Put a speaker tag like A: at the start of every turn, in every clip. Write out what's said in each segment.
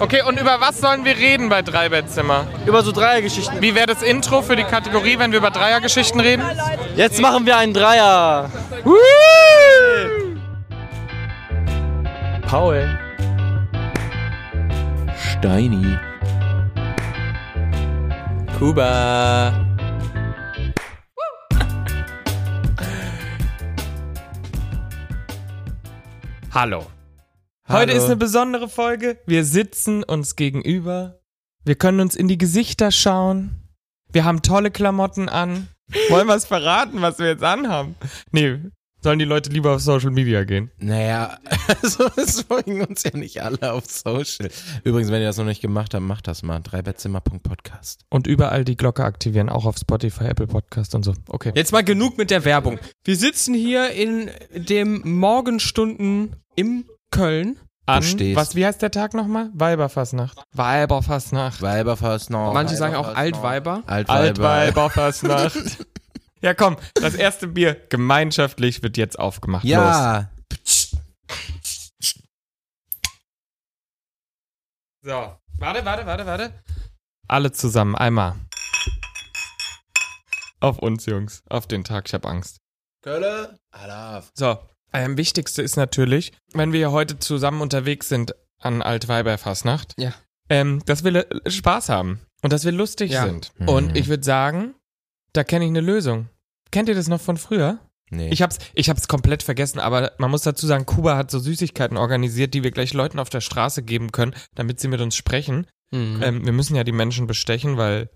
A: Okay, und über was sollen wir reden bei Dreibettzimmer?
B: Über so Dreiergeschichten.
A: Wie wäre das Intro für die Kategorie, wenn wir über Dreiergeschichten reden?
B: Jetzt machen wir einen Dreier.
C: Paul. Steini. Kuba.
A: Hallo. Heute ist eine besondere Folge. Wir sitzen uns gegenüber. Wir können uns in die Gesichter schauen. Wir haben tolle Klamotten an. Wollen wir es verraten, was wir jetzt anhaben? Nee, sollen die Leute lieber auf Social Media gehen?
C: Naja, also es folgen uns ja nicht alle auf Social. Übrigens, wenn ihr das noch nicht gemacht habt, macht das mal. Dreibettzimmer.podcast.
A: Und überall die Glocke aktivieren, auch auf Spotify, Apple Podcast und so. Okay.
D: Jetzt mal genug mit der Werbung. Wir sitzen hier in dem Morgenstunden im Köln.
A: An,
C: stehst.
A: was, wie heißt der Tag nochmal? Weiberfassnacht. Weiberfassnacht.
C: Weiberfassnau.
D: Manche sagen auch Altweiber.
C: Altweiber.
A: Altweiberfassnacht. ja, komm, das erste Bier gemeinschaftlich wird jetzt aufgemacht.
C: Ja.
A: Los. So. Warte, warte, warte, warte. Alle zusammen, einmal. Auf uns, Jungs. Auf den Tag, ich hab Angst.
C: Kölle. Alaf.
A: So, am wichtigste ist natürlich, wenn wir heute zusammen unterwegs sind an Altweiberfassnacht,
D: Ja.
A: ähm, dass wir äh, Spaß haben und dass wir lustig
D: Ja.
A: sind.
C: Mhm.
A: Und ich würde sagen, da kenne ich eine Lösung. Kennt ihr das noch von früher?
C: Nee.
A: Ich hab's, ich hab's komplett vergessen, aber man muss dazu sagen, Kuba hat so Süßigkeiten organisiert, die wir gleich Leuten auf der Straße geben können, damit sie mit uns sprechen.
B: Mhm.
D: Mhm.
A: Ähm, wir müssen ja die Menschen bestechen, weil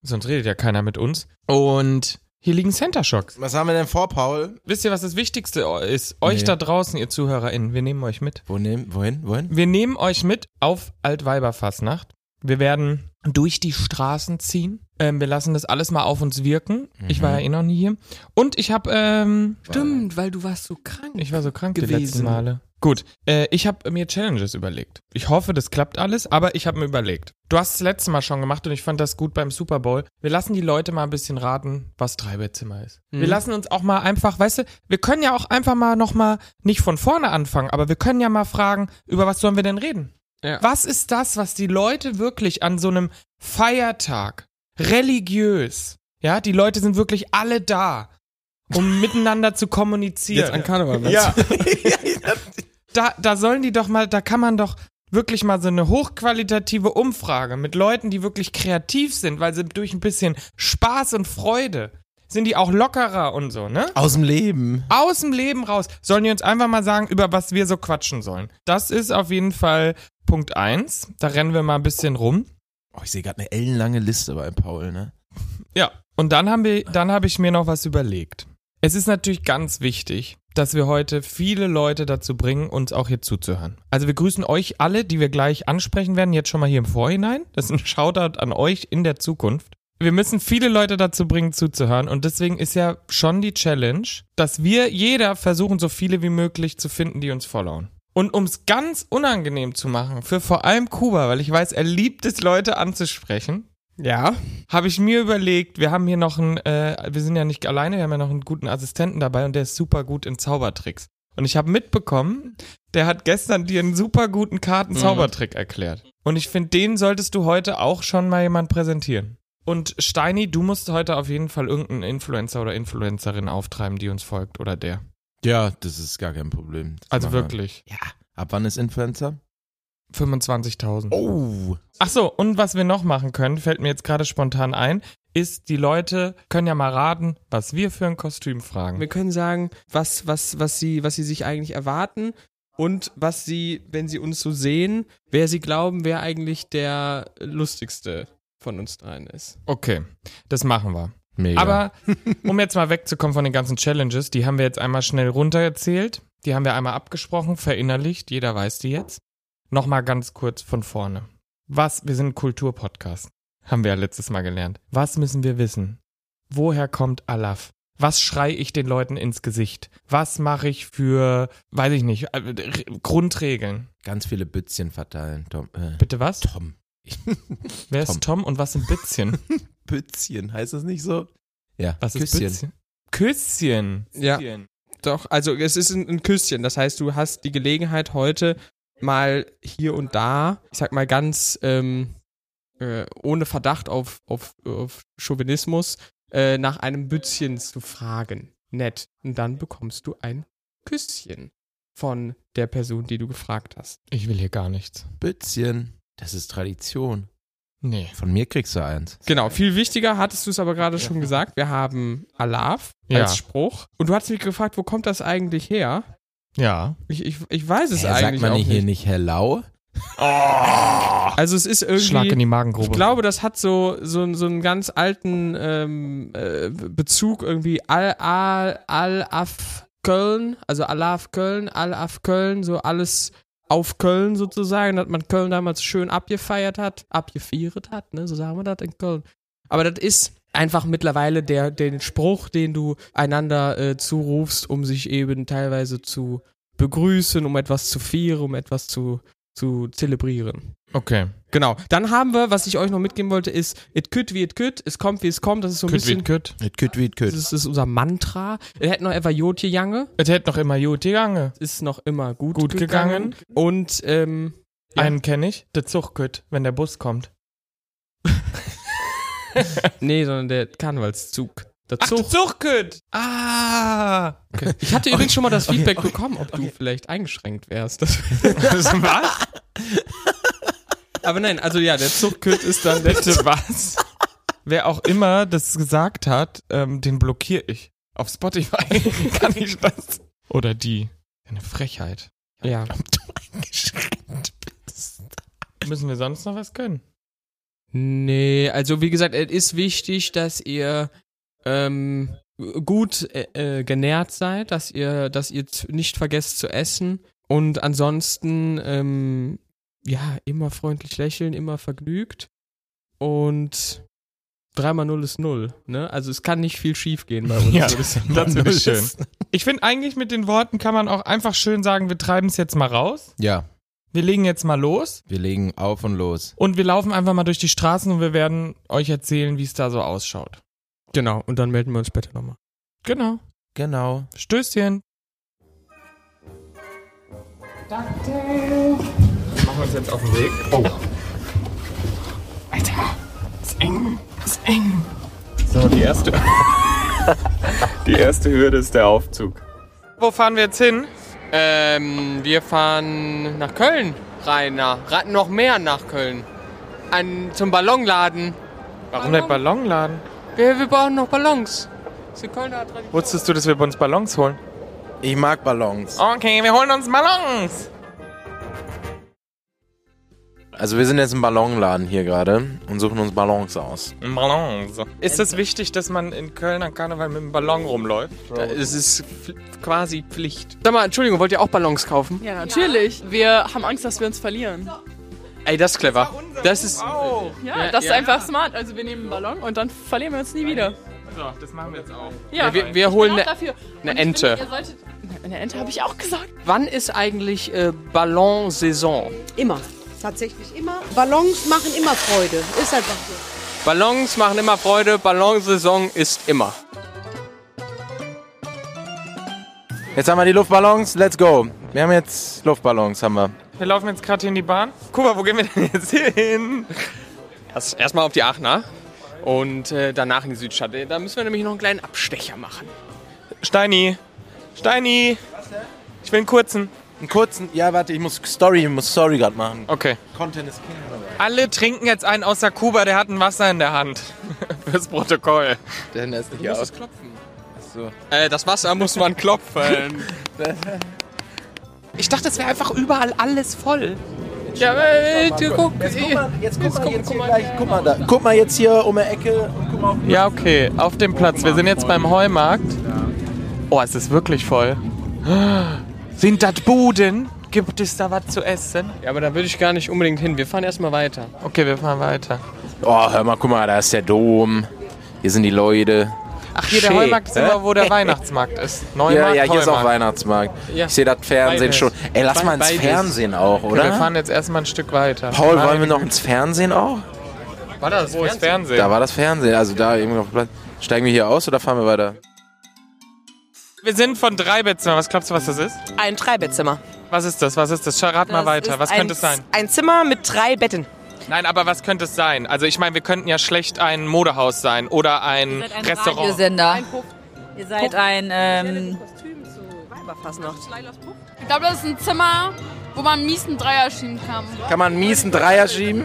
A: sonst redet ja keiner mit uns. Und hier liegen Center Shocks.
C: was haben wir denn vor, Paul?
A: Wisst ihr, was das Wichtigste ist? Euch
C: Nee.
A: da draußen, ihr ZuhörerInnen, wir nehmen euch mit.
C: Wo nehmen, wohin? Wohin?
A: Wir nehmen euch mit auf Altweiberfassnacht. Wir werden durch die Straßen ziehen. Ähm, wir lassen das alles mal auf uns wirken. Ich war ja eh noch nie hier. Und ich habe ähm,
D: Stimmt, weil du warst so krank.
A: Ich war so krank die
D: gewesen.
A: letzten Male. Gut, äh, ich habe mir Challenges überlegt. Ich hoffe, das klappt alles, aber ich habe mir überlegt. Du hast das letzte Mal schon gemacht und ich fand das gut beim Super Bowl. Wir lassen die Leute mal ein bisschen raten, was Dreibettzimmer ist.
D: Mhm.
A: Wir lassen uns auch mal einfach, weißt du, wir können ja auch einfach mal nochmal nicht von vorne anfangen, aber wir können ja mal fragen, über was sollen wir denn reden?
D: Ja.
A: Was ist das, was die Leute wirklich an so einem Feiertag religiös, ja, die Leute sind wirklich alle da, um miteinander zu kommunizieren.
D: Jetzt an Karneval. meinst
A: Ja. da, da sollen die doch mal, da kann man doch wirklich mal so eine hochqualitative Umfrage mit Leuten, die wirklich kreativ sind, weil sie durch ein bisschen Spaß und Freude sind die auch lockerer und so, ne?
C: Aus dem Leben.
A: Aus dem Leben raus sollen die uns einfach mal sagen, über was wir so quatschen sollen. Das ist auf jeden Fall Punkt eins. Da rennen wir mal ein bisschen rum.
C: Oh, ich sehe gerade eine ellenlange Liste bei Paul, ne?
A: Ja, und dann haben wir, dann habe ich mir noch was überlegt. Es ist natürlich ganz wichtig, dass wir heute viele Leute dazu bringen, uns auch hier zuzuhören. Also wir grüßen euch alle, die wir gleich ansprechen werden, jetzt schon mal hier im Vorhinein. Das ist ein Shoutout an euch in der Zukunft. Wir müssen viele Leute dazu bringen, zuzuhören. Und deswegen ist ja schon die Challenge, dass wir jeder versuchen, so viele wie möglich zu finden, die uns followen. Und um es ganz unangenehm zu machen, für vor allem Kuba, weil ich weiß, er liebt es, Leute anzusprechen,
D: du? ja.
A: habe ich mir überlegt, wir haben hier noch einen, äh, wir sind ja nicht alleine, wir haben ja noch einen guten Assistenten dabei und der ist super gut in Zaubertricks. Und ich habe mitbekommen, der hat gestern dir einen super guten Kartenzaubertrick erklärt. Und ich finde, den solltest du heute auch schon mal jemand präsentieren. Und Steini, du musst heute auf jeden Fall irgendeinen Influencer oder Influencerin auftreiben, die uns folgt oder der.
C: Ja, das ist gar kein Problem. Das
A: Also
C: machen wir.
A: wirklich.
C: Ab wann ist Influencer?
A: 25.000.
C: Oh.
A: Ach so, und was wir noch machen können, fällt mir jetzt gerade spontan ein, ist, die Leute können ja mal raten, was wir für ein Kostüm fragen.
D: Wir können sagen, was, was, was, sie, was sie sich eigentlich erwarten und was sie, wenn sie uns so sehen, wer sie glauben, wer eigentlich der lustigste von uns dreien ist.
A: Okay, das machen wir.
C: Mega.
A: Aber um jetzt mal wegzukommen von den ganzen Challenges, die haben wir jetzt einmal schnell runtergezählt, die haben wir einmal abgesprochen, verinnerlicht, jeder weiß die jetzt. Nochmal ganz kurz von vorne. Was, wir sind ein Kulturpodcast, haben wir ja letztes Mal gelernt. Was müssen wir wissen? Woher kommt Alaf? Was schrei ich den Leuten ins Gesicht? Was mache ich für, weiß ich nicht, äh, R- Grundregeln?
C: ganz viele Bützchen verteilen, Tom. Äh,
A: Bitte was?
C: Tom.
A: Wer ist Tom und was sind Bitzchen?
C: Bützchen, heißt das nicht so? Ja.
A: Was ist
C: Küsschen.
A: Bitzchen? Küsschen.
D: Ja, doch. Also es ist ein, ein Küsschen. Das heißt, du hast die Gelegenheit heute mal hier und da, ich sag mal ganz ähm, äh, ohne Verdacht auf, auf, auf Chauvinismus, äh, nach einem Bützchen zu fragen. Nett. Und dann bekommst du ein Küsschen von der Person, die du gefragt hast.
A: Ich will hier gar nichts.
C: Bützchen. Das ist Tradition.
A: Nee.
C: Von mir kriegst du eins.
D: Genau, viel wichtiger, hattest du es aber gerade schon gesagt, wir haben Alaf
A: Ja.
D: als Spruch. Und du hast mich gefragt, wo kommt das eigentlich her?
A: Ja.
D: Ich, ich, ich weiß es
C: Hä, sagt
D: eigentlich
C: man
D: auch
C: nicht
D: nicht.
C: hier nicht hello?
D: Also es ist irgendwie...
A: Schlag in die Magengrube.
D: Ich glaube, das hat so, so, so einen ganz alten ähm, äh, Bezug irgendwie al al al af Köln, also Alaf Köln, al af Köln, so alles auf Köln sozusagen, dass man Köln damals schön abgefeiert hat, abgefeiert hat, ne, so sagen wir das in Köln. Aber das ist einfach mittlerweile der den Spruch, den du einander äh, zurufst, um sich eben teilweise zu begrüßen, um etwas zu feiern, um etwas zu zu zelebrieren.
A: Okay.
D: Genau. Dann haben wir, was ich euch noch mitgeben wollte, ist It could wie it could, es kommt wie es kommt. Das ist so ein
A: Küt wie
D: bisschen.
A: küt.
C: It could be it
D: Das
C: could.
D: ist, das ist unser Mantra. Wir hätten noch etwa Jotje Jange.
A: Es hätte noch immer gut gegangen.
D: Ist noch immer gut,
A: Gut gegangen.
D: Und ähm, Ja.
A: Einen kenne ich. Der Zug küt, wenn der Bus kommt.
D: nee, sondern der Karnevalszug. Der Zug.
A: Zug küt. Ah.
D: Ich hatte übrigens schon mal das Feedback bekommen, ob du vielleicht eingeschränkt wärst. Das
A: was?
D: Aber nein, also ja, der Zuchtkürt ist dann der
A: Bitte was? Wer auch immer das gesagt hat, ähm, den blockiere ich. Auf Spotify kann ich das. Oder die. Eine Frechheit.
D: Ja.
A: Müssen wir sonst noch was können?
D: Nee, also wie gesagt, es ist wichtig, dass ihr ähm, gut äh, äh, genährt seid, dass ihr, dass ihr z- nicht vergesst zu essen und ansonsten ähm, ja immer freundlich lächeln, immer vergnügt und 3 mal 0 ist 0, ne? Also es kann nicht viel schief gehen bei uns.
A: Ja,
D: würde ich sagen.
A: das finde ich schön.
C: Null.
A: Ich finde eigentlich mit den Worten kann man auch einfach schön sagen, wir treiben es jetzt mal raus.
C: Ja,
A: Wir legen jetzt mal los
C: wir legen auf und los.
A: und wir laufen einfach mal durch die Straßen und wir werden euch erzählen, wie es da so ausschaut.
D: Genau, und dann melden wir uns später nochmal.
A: Genau.
C: Genau.
A: Stößchen. Machen wir uns jetzt auf den Weg. Oh. Alter, ist eng, ist eng. So, die erste. die erste Hürde ist der Aufzug. Wo fahren wir jetzt hin?
D: Ähm, wir fahren nach Köln, Rainer. Raten noch mehr nach Köln. An, zum Ballonladen.
A: Warum nicht Ballonladen?
D: Wir, wir brauchen noch Ballons. Das ist eine Kölner Tradition.
A: Wusstest du, dass wir bei uns Ballons holen?
C: Ich mag Ballons.
A: Okay, wir holen uns Ballons.
C: Also wir sind jetzt im Ballonladen hier gerade und suchen uns Ballons aus.
A: Ballons. Ist es wichtig, dass man in Köln am Karneval mit einem Ballon rumläuft?
D: Es ist quasi Pflicht. Sag mal, Entschuldigung, wollt ihr auch Ballons kaufen?
E: Ja, natürlich. Wir haben Angst, dass wir uns verlieren.
D: Ey, das ist clever. Das ist.
A: Auch.
E: Ja,
D: Ja,
E: das
D: ja.
E: ist einfach smart. Also wir nehmen einen Ballon und dann verlieren wir uns nie wieder.
A: So, das machen wir jetzt auch.
E: Ja,
D: wir, wir holen.
E: Genau
D: Ne,
E: dafür.
D: eine
E: Und ich finde,
D: Ente.
E: ihr solltet- Eine Ente habe ich auch gesagt.
D: wann ist eigentlich äh, Ballonsaison?
F: Immer. Tatsächlich immer. Ballons machen immer Freude. Ist einfach so.
D: Ballons machen immer Freude, Ballonsaison ist immer.
C: Jetzt haben wir die Luftballons, let's go. Wir haben jetzt Luftballons, haben wir.
A: Wir laufen jetzt gerade hier in die Bahn. Guck mal, wo gehen wir denn jetzt hin?
D: Erst- Erstmal auf die Aachener und äh, danach in die Südstadt. Da müssen wir nämlich noch einen kleinen Abstecher machen.
A: Steini. Steini. Ich will einen kurzen.
C: Einen kurzen, ja warte, ich muss Story, ich muss Story gerade machen.
A: Okay.
C: Content ist king.
A: Alle trinken jetzt einen außer Kuba, der hat ein Wasser in der Hand. Fürs Protokoll.
C: Denn er ist nicht aus.
D: klopfen.
C: so.
D: Äh, das Wasser muss man klopfen.
A: Ich dachte, es wäre einfach überall alles voll.
D: ja, äh, guck.
C: Jetzt guck mal jetzt hier gleich, guck mal da. Guck mal jetzt hier um die Ecke.
A: Ja, okay. Auf dem Platz. Wir sind jetzt beim Heumarkt. Oh, es ist wirklich voll. Sind das Buden? Gibt es da was zu essen?
D: Ja, aber da würde ich gar nicht unbedingt hin. Wir fahren erstmal weiter.
A: Okay, wir fahren weiter.
C: Oh, hör mal, guck mal, da ist der Dom. Hier sind die Leute.
A: Ach, hier der
D: Schön.
A: Heumarkt ist immer, wo der Weihnachtsmarkt ist.
C: Ja,
A: Neumarkt,
C: ja, hier ist auch
A: Heumarkt.
C: Weihnachtsmarkt.
D: Ja.
C: Ich sehe das Fernsehen
D: Beides.
C: schon. Ey, lass mal ins
D: Beides.
C: Fernsehen auch,
A: Wir
C: oder?
A: fahren jetzt erstmal ein Stück weiter.
C: ne? Paul, wollen wir noch ins Fernsehen auch?
A: War das? Wo ist Fernsehen?
C: Da war das Fernsehen, also da irgendwie auf dem Platz. Steigen wir hier aus oder fahren wir weiter?
A: Wir sind von Dreibettzimmer. Was glaubst du, was das ist?
E: Ein Dreibettzimmer.
A: Was ist das? Was ist das? Schau, Rat mal
G: Das
A: weiter.
G: ist
A: Was
G: ein,
A: könnte es sein?
G: Ein Zimmer mit drei Betten.
A: Nein, aber was könnte es sein? Also ich meine, wir könnten ja schlecht ein Modehaus sein oder ein
H: seid ein
A: Restaurant.
H: Radiosender.
E: Ein Puff.
H: Ihr seid ein. Ähm,
I: Ich glaube, das ist ein Zimmer, wo man einen miesen Dreier schieben kann.
C: Kann man einen miesen Dreier schieben?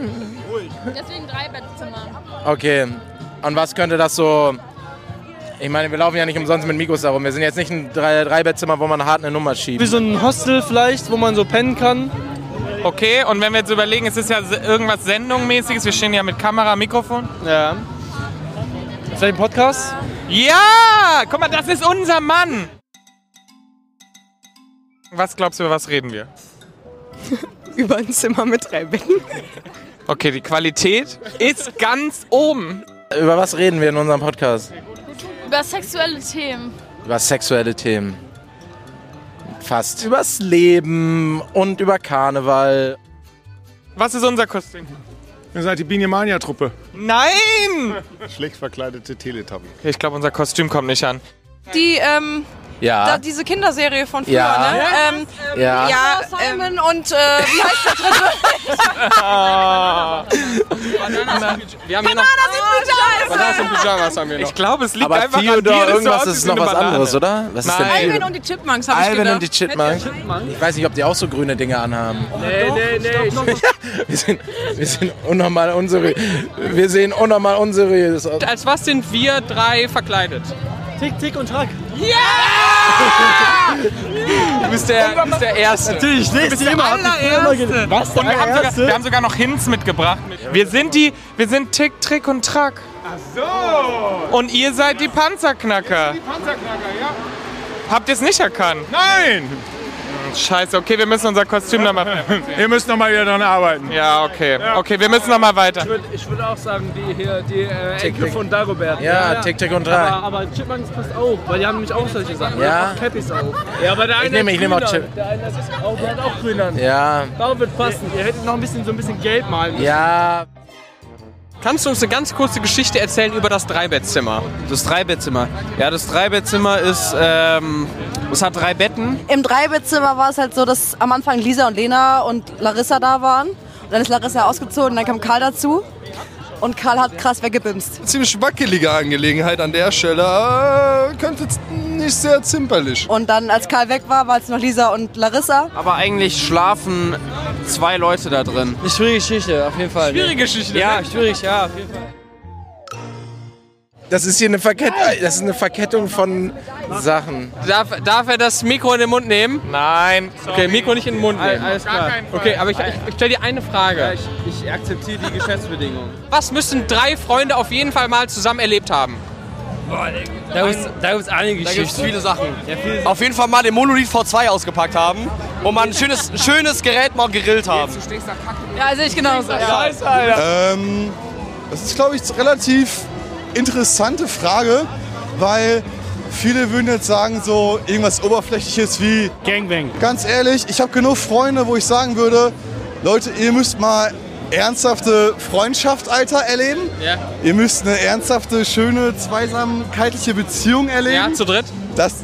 I: Deswegen drei Bettzimmer.
C: Okay. Und was könnte das so. Ich meine, wir laufen ja nicht umsonst mit Mikros darum. Wir sind jetzt nicht ein Drei- Dreibettzimmer, wo man hart eine Nummer
B: Wie
C: schiebt.
B: so ein Hostel vielleicht, wo man so pennen kann.
A: Okay, und wenn wir jetzt überlegen, es ist ja se- irgendwas Sendungmäßiges. Wir stehen ja mit Kamera, Mikrofon.
B: Ja. Vielleicht ein Podcast?
A: Ja! Guck mal, das ist unser Mann! Was glaubst du, über was reden wir?
G: Über ein Zimmer mit drei Betten.
A: Okay, die Qualität ist ganz oben.
C: Über was reden wir in unserem Podcast?
I: Über sexuelle Themen.
C: Über sexuelle Themen. Fast. Übers Leben und über Karneval.
A: Was ist unser Kostüm?
J: Ihr seid die Binemania-Truppe.
A: Nein!
J: Schlecht verkleidete Teletubby.
A: Okay, ich glaube, unser Kostüm kommt nicht an.
G: Die, ähm, da,
C: Ja.
G: diese Kinderserie von früher,
C: Ja.
G: ne?
C: Ja.
G: Ähm,
C: Ja.
G: ja, Simon und, äh, wie heißt der dritte?
A: Wir haben hier noch
G: Bananas
A: und Pyjamas haben wir noch. Ich glaube, es liegt
C: Aber
A: einfach an dir,
C: Theodor,
A: dass du
C: irgendwas
A: aussiehst
C: ist
A: wie
C: noch
A: eine
C: was
A: Banane.
C: anderes, oder? Was ist
A: Nein.
G: Alvin
C: denn
G: und die Chipmunks, hab ich
C: Alvin
G: gedacht.
C: und die Chipmunks. Ich weiß nicht, ob die auch so grüne Dinge anhaben.
B: Nee, nee, nee.
C: Wir sind, wir sind unnormal unseriös. Wir sehen unnormal unseriös aus.
D: Als was sind wir drei verkleidet?
B: Tick, Tick und Track.
A: Du bist der, bist der Erste.
B: Natürlich, ich lese die immer.
A: Allererste.
B: Was?
A: Und wir haben, sogar,
B: Allererste?
A: wir haben sogar noch Hints mitgebracht. Wir sind die, wir sind Tick, Trick und Track. Ach so. Und ihr seid die Panzerknacker. Die Panzerknacker, ja. Habt ihr es nicht erkannt?
J: Nein!
A: Scheiße, okay, wir müssen unser Kostüm nochmal.
J: Ihr müsst noch mal wieder dran arbeiten.
A: Ja, okay. Okay, wir müssen nochmal weiter.
B: Ich würde auch sagen, die hier, die äh, Enkel von Dagobert.
C: Ja, Tick, Tick und Drei.
B: aber Chipmunks passt auch, weil die haben nämlich auch solche Sachen.
C: Ja.
B: Cappies auch. Ja, aber der eine
C: nehme- ich nehme auch Chip.
B: Der eine ist auch, der hat auch grün an.
C: Ja,
B: Darauf wird passen. Ihr, hättet noch ein bisschen, so ein bisschen gelb malen müssen.
C: ja.
D: Kannst du uns eine ganz kurze Geschichte erzählen über das Dreibettzimmer?
B: Das Dreibettzimmer. Ja, das Dreibettzimmer ist, ähm, es hat drei Betten.
F: Im Dreibettzimmer war es halt so, dass am Anfang Lisa und Lena und Larissa da waren. Und dann ist Larissa ausgezogen, dann kam Karl dazu. Und Karl hat krass weggebimst.
J: Ziemlich wackelige Angelegenheit an der Stelle. Könnte nicht sehr zimperlich.
F: Und dann, als Karl weg war, war es noch Lisa und Larissa.
K: Aber eigentlich schlafen zwei Leute da drin.
B: Eine schwierige Geschichte, auf jeden Fall. Schwierige Geschichte.
D: ne?
B: Ja, schwierig, ja, auf jeden Fall.
C: Das ist hier eine Verkettung, das ist eine Verkettung von Sachen.
D: Darf, darf er das Mikro in den Mund nehmen?
A: Nein.
D: Okay, Mikro nicht in den Mund nehmen.
B: Alles klar.
D: Okay, aber ich, ich, ich stelle dir eine Frage.
B: Ich, ich akzeptiere die Geschäftsbedingungen.
D: Was müssen drei Freunde auf jeden Fall mal zusammen erlebt haben?
B: Da gibt es einige
K: Da gibt es viele Sachen. Auf jeden Fall mal den Monolith V2 ausgepackt haben und mal ein schönes, ein schönes Gerät mal gegrillt haben.
I: Ja, sehe ich genauso. Ja.
J: Ähm, das ist, glaube ich, eine relativ interessante Frage, weil viele würden jetzt sagen, so irgendwas Oberflächliches wie
B: Gangbang.
J: Ganz ehrlich, ich habe genug Freunde, wo ich sagen würde, Leute, ihr müsst mal ernsthafte Freundschaft, Alter, erleben.
D: Ja.
J: Ihr müsst eine ernsthafte, schöne, zweisamkeitliche Beziehung
D: Ja,
J: erleben.
D: zu dritt?
J: das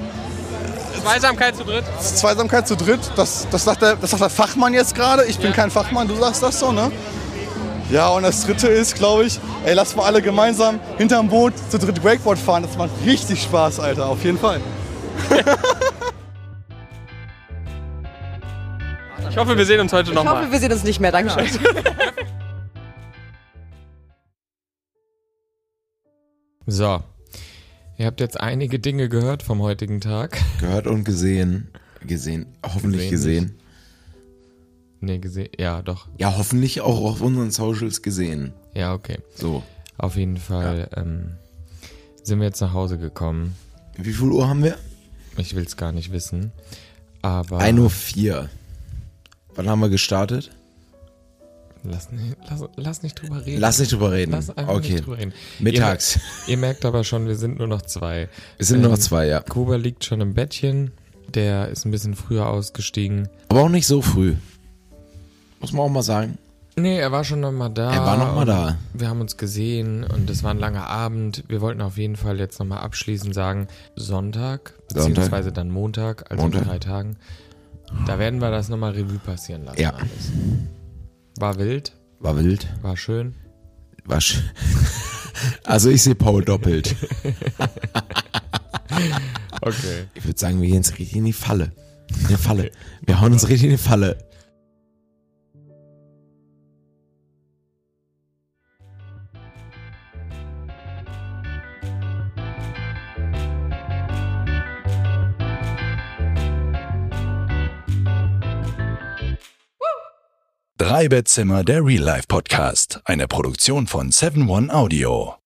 D: Zweisamkeit zu dritt?
J: Zweisamkeit zu dritt, das, das, sagt, der, das sagt der Fachmann jetzt gerade. Ich bin kein Fachmann, du sagst das so, ne? Ja, und das dritte ist, glaube ich, ey, lass mal alle gemeinsam hinterm Boot zu dritt Wakeboard fahren. Das macht richtig Spaß, Alter, auf jeden Fall.
D: Ich hoffe, wir sehen uns heute
F: Ich
D: nochmal.
F: hoffe, wir sehen uns nicht mehr. Dankeschön.
A: So. Ihr habt jetzt einige Dinge gehört vom heutigen Tag.
C: Gehört und gesehen. Gesehen. Hoffentlich
A: Gesehen Nee, gesehen. Ja, doch.
C: Ja, hoffentlich auch auf unseren Socials gesehen.
A: Ja, okay.
C: So.
A: Auf jeden Fall ähm, sind wir jetzt nach Hause gekommen.
C: Wie viel Uhr haben wir?
A: Ich will es gar nicht wissen. Aber.
C: 1.04 Uhr. Wann haben wir gestartet?
A: Lass, nicht- lass, lass nicht drüber reden.
C: Lass nicht drüber reden.
A: Lass einfach
C: okay.
A: nicht drüber reden.
C: Mittags.
A: Ihr, ihr merkt aber schon, wir sind nur noch zwei.
C: Wir sind
A: Ähm.
C: nur noch zwei, ja.
A: Kuba liegt schon im Bettchen. Der ist ein bisschen früher ausgestiegen.
C: Aber auch nicht so früh. Muss man auch mal sagen.
A: Nee, er war schon nochmal da.
C: Er war noch mal
A: und
C: da.
A: Wir haben uns gesehen und es war ein langer Abend. Wir wollten auf jeden Fall jetzt nochmal abschließend sagen, Sonntag,
C: Sonntag.
A: beziehungsweise dann Montag, also in
C: Montag.
A: drei Tagen, Da werden wir das nochmal Revue passieren lassen.
C: Ja.
A: alles. War wild,
C: War wild.
A: war schön.
C: War sch also ich sehe Paul doppelt.
A: Okay.
C: Ich würde sagen, wir gehen jetzt richtig in die Falle. In die Falle. Wir hauen uns richtig in die Falle.
J: Drei Bettzimmer, der Real Life Podcast, eine Produktion von 7 One Audio.